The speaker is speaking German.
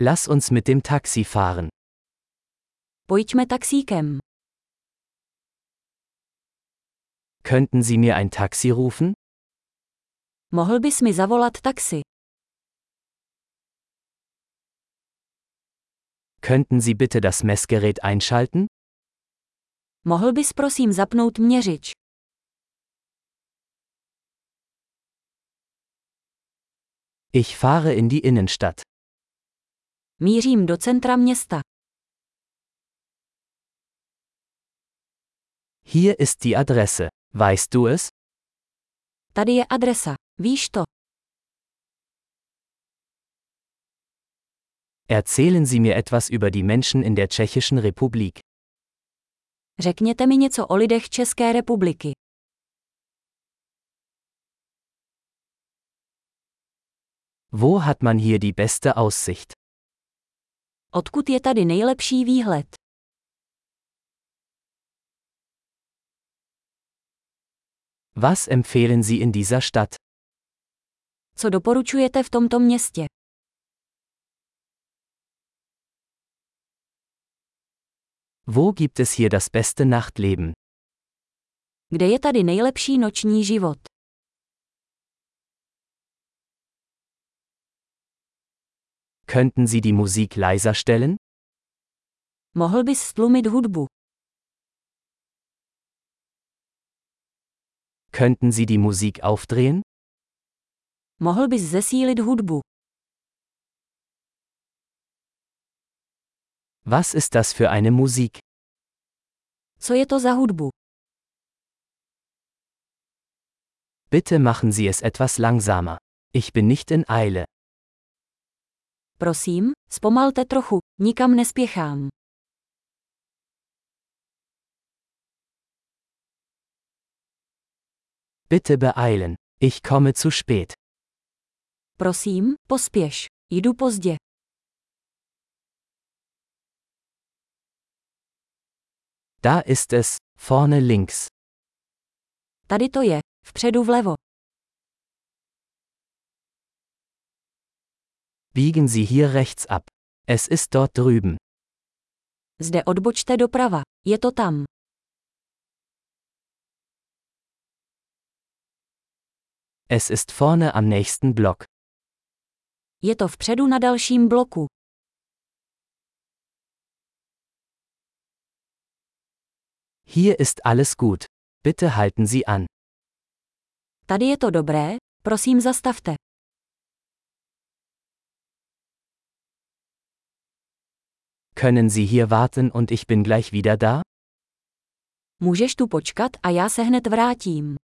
Lass uns mit dem Taxi fahren. Pojďme taxíkem. Könnten Sie mir ein Taxi rufen? Mohl bys mi zavolat taxi? Könnten Sie bitte das Messgerät einschalten? Mohl bys prosím zapnout měřič? Ich fahre in die Innenstadt. Mířím do centra města. Hier ist die Adresse. Weißt du es? Tady je adresa. Víš to? Erzählen Sie mir etwas über die Menschen in der Tschechischen Republik. Řekněte mi něco o lidech České republiky. Wo hat man hier die beste Aussicht? Odkud je tady nejlepší výhled? Was empfehlen Sie in dieser Stadt? Co doporučujete v tomto městě? Wo gibt es hier das beste Nachtleben? Kde je tady nejlepší noční život? Könnten Sie die Musik leiser stellen? Mohl bys stlumit hudbu? Könnten Sie die Musik aufdrehen? Mohl bys zesílit hudbu? Was ist das für eine Musik? Co je to za hudbu? Bitte machen Sie es etwas langsamer. Ich bin nicht in Eile. Prosím, zpomalte trochu, nikam nespěchám. Bitte beeilen. Ich komme zu spät. Prosím, pospěš. Jdu pozdě. Da ist es, vorne links. Tady to je, vpředu vlevo. Biegen Sie hier rechts ab. Es ist dort drüben. Zde odbočte doprava. Je to tam. Es ist vorne am nächsten Block. Je to vpředu na dalším bloku. Hier ist alles gut. Bitte halten Sie an. Tady je to dobré, prosím zastavte. Können Sie hier warten und ich bin gleich wieder da? Můžeš tu počkat a já se hned vrátím.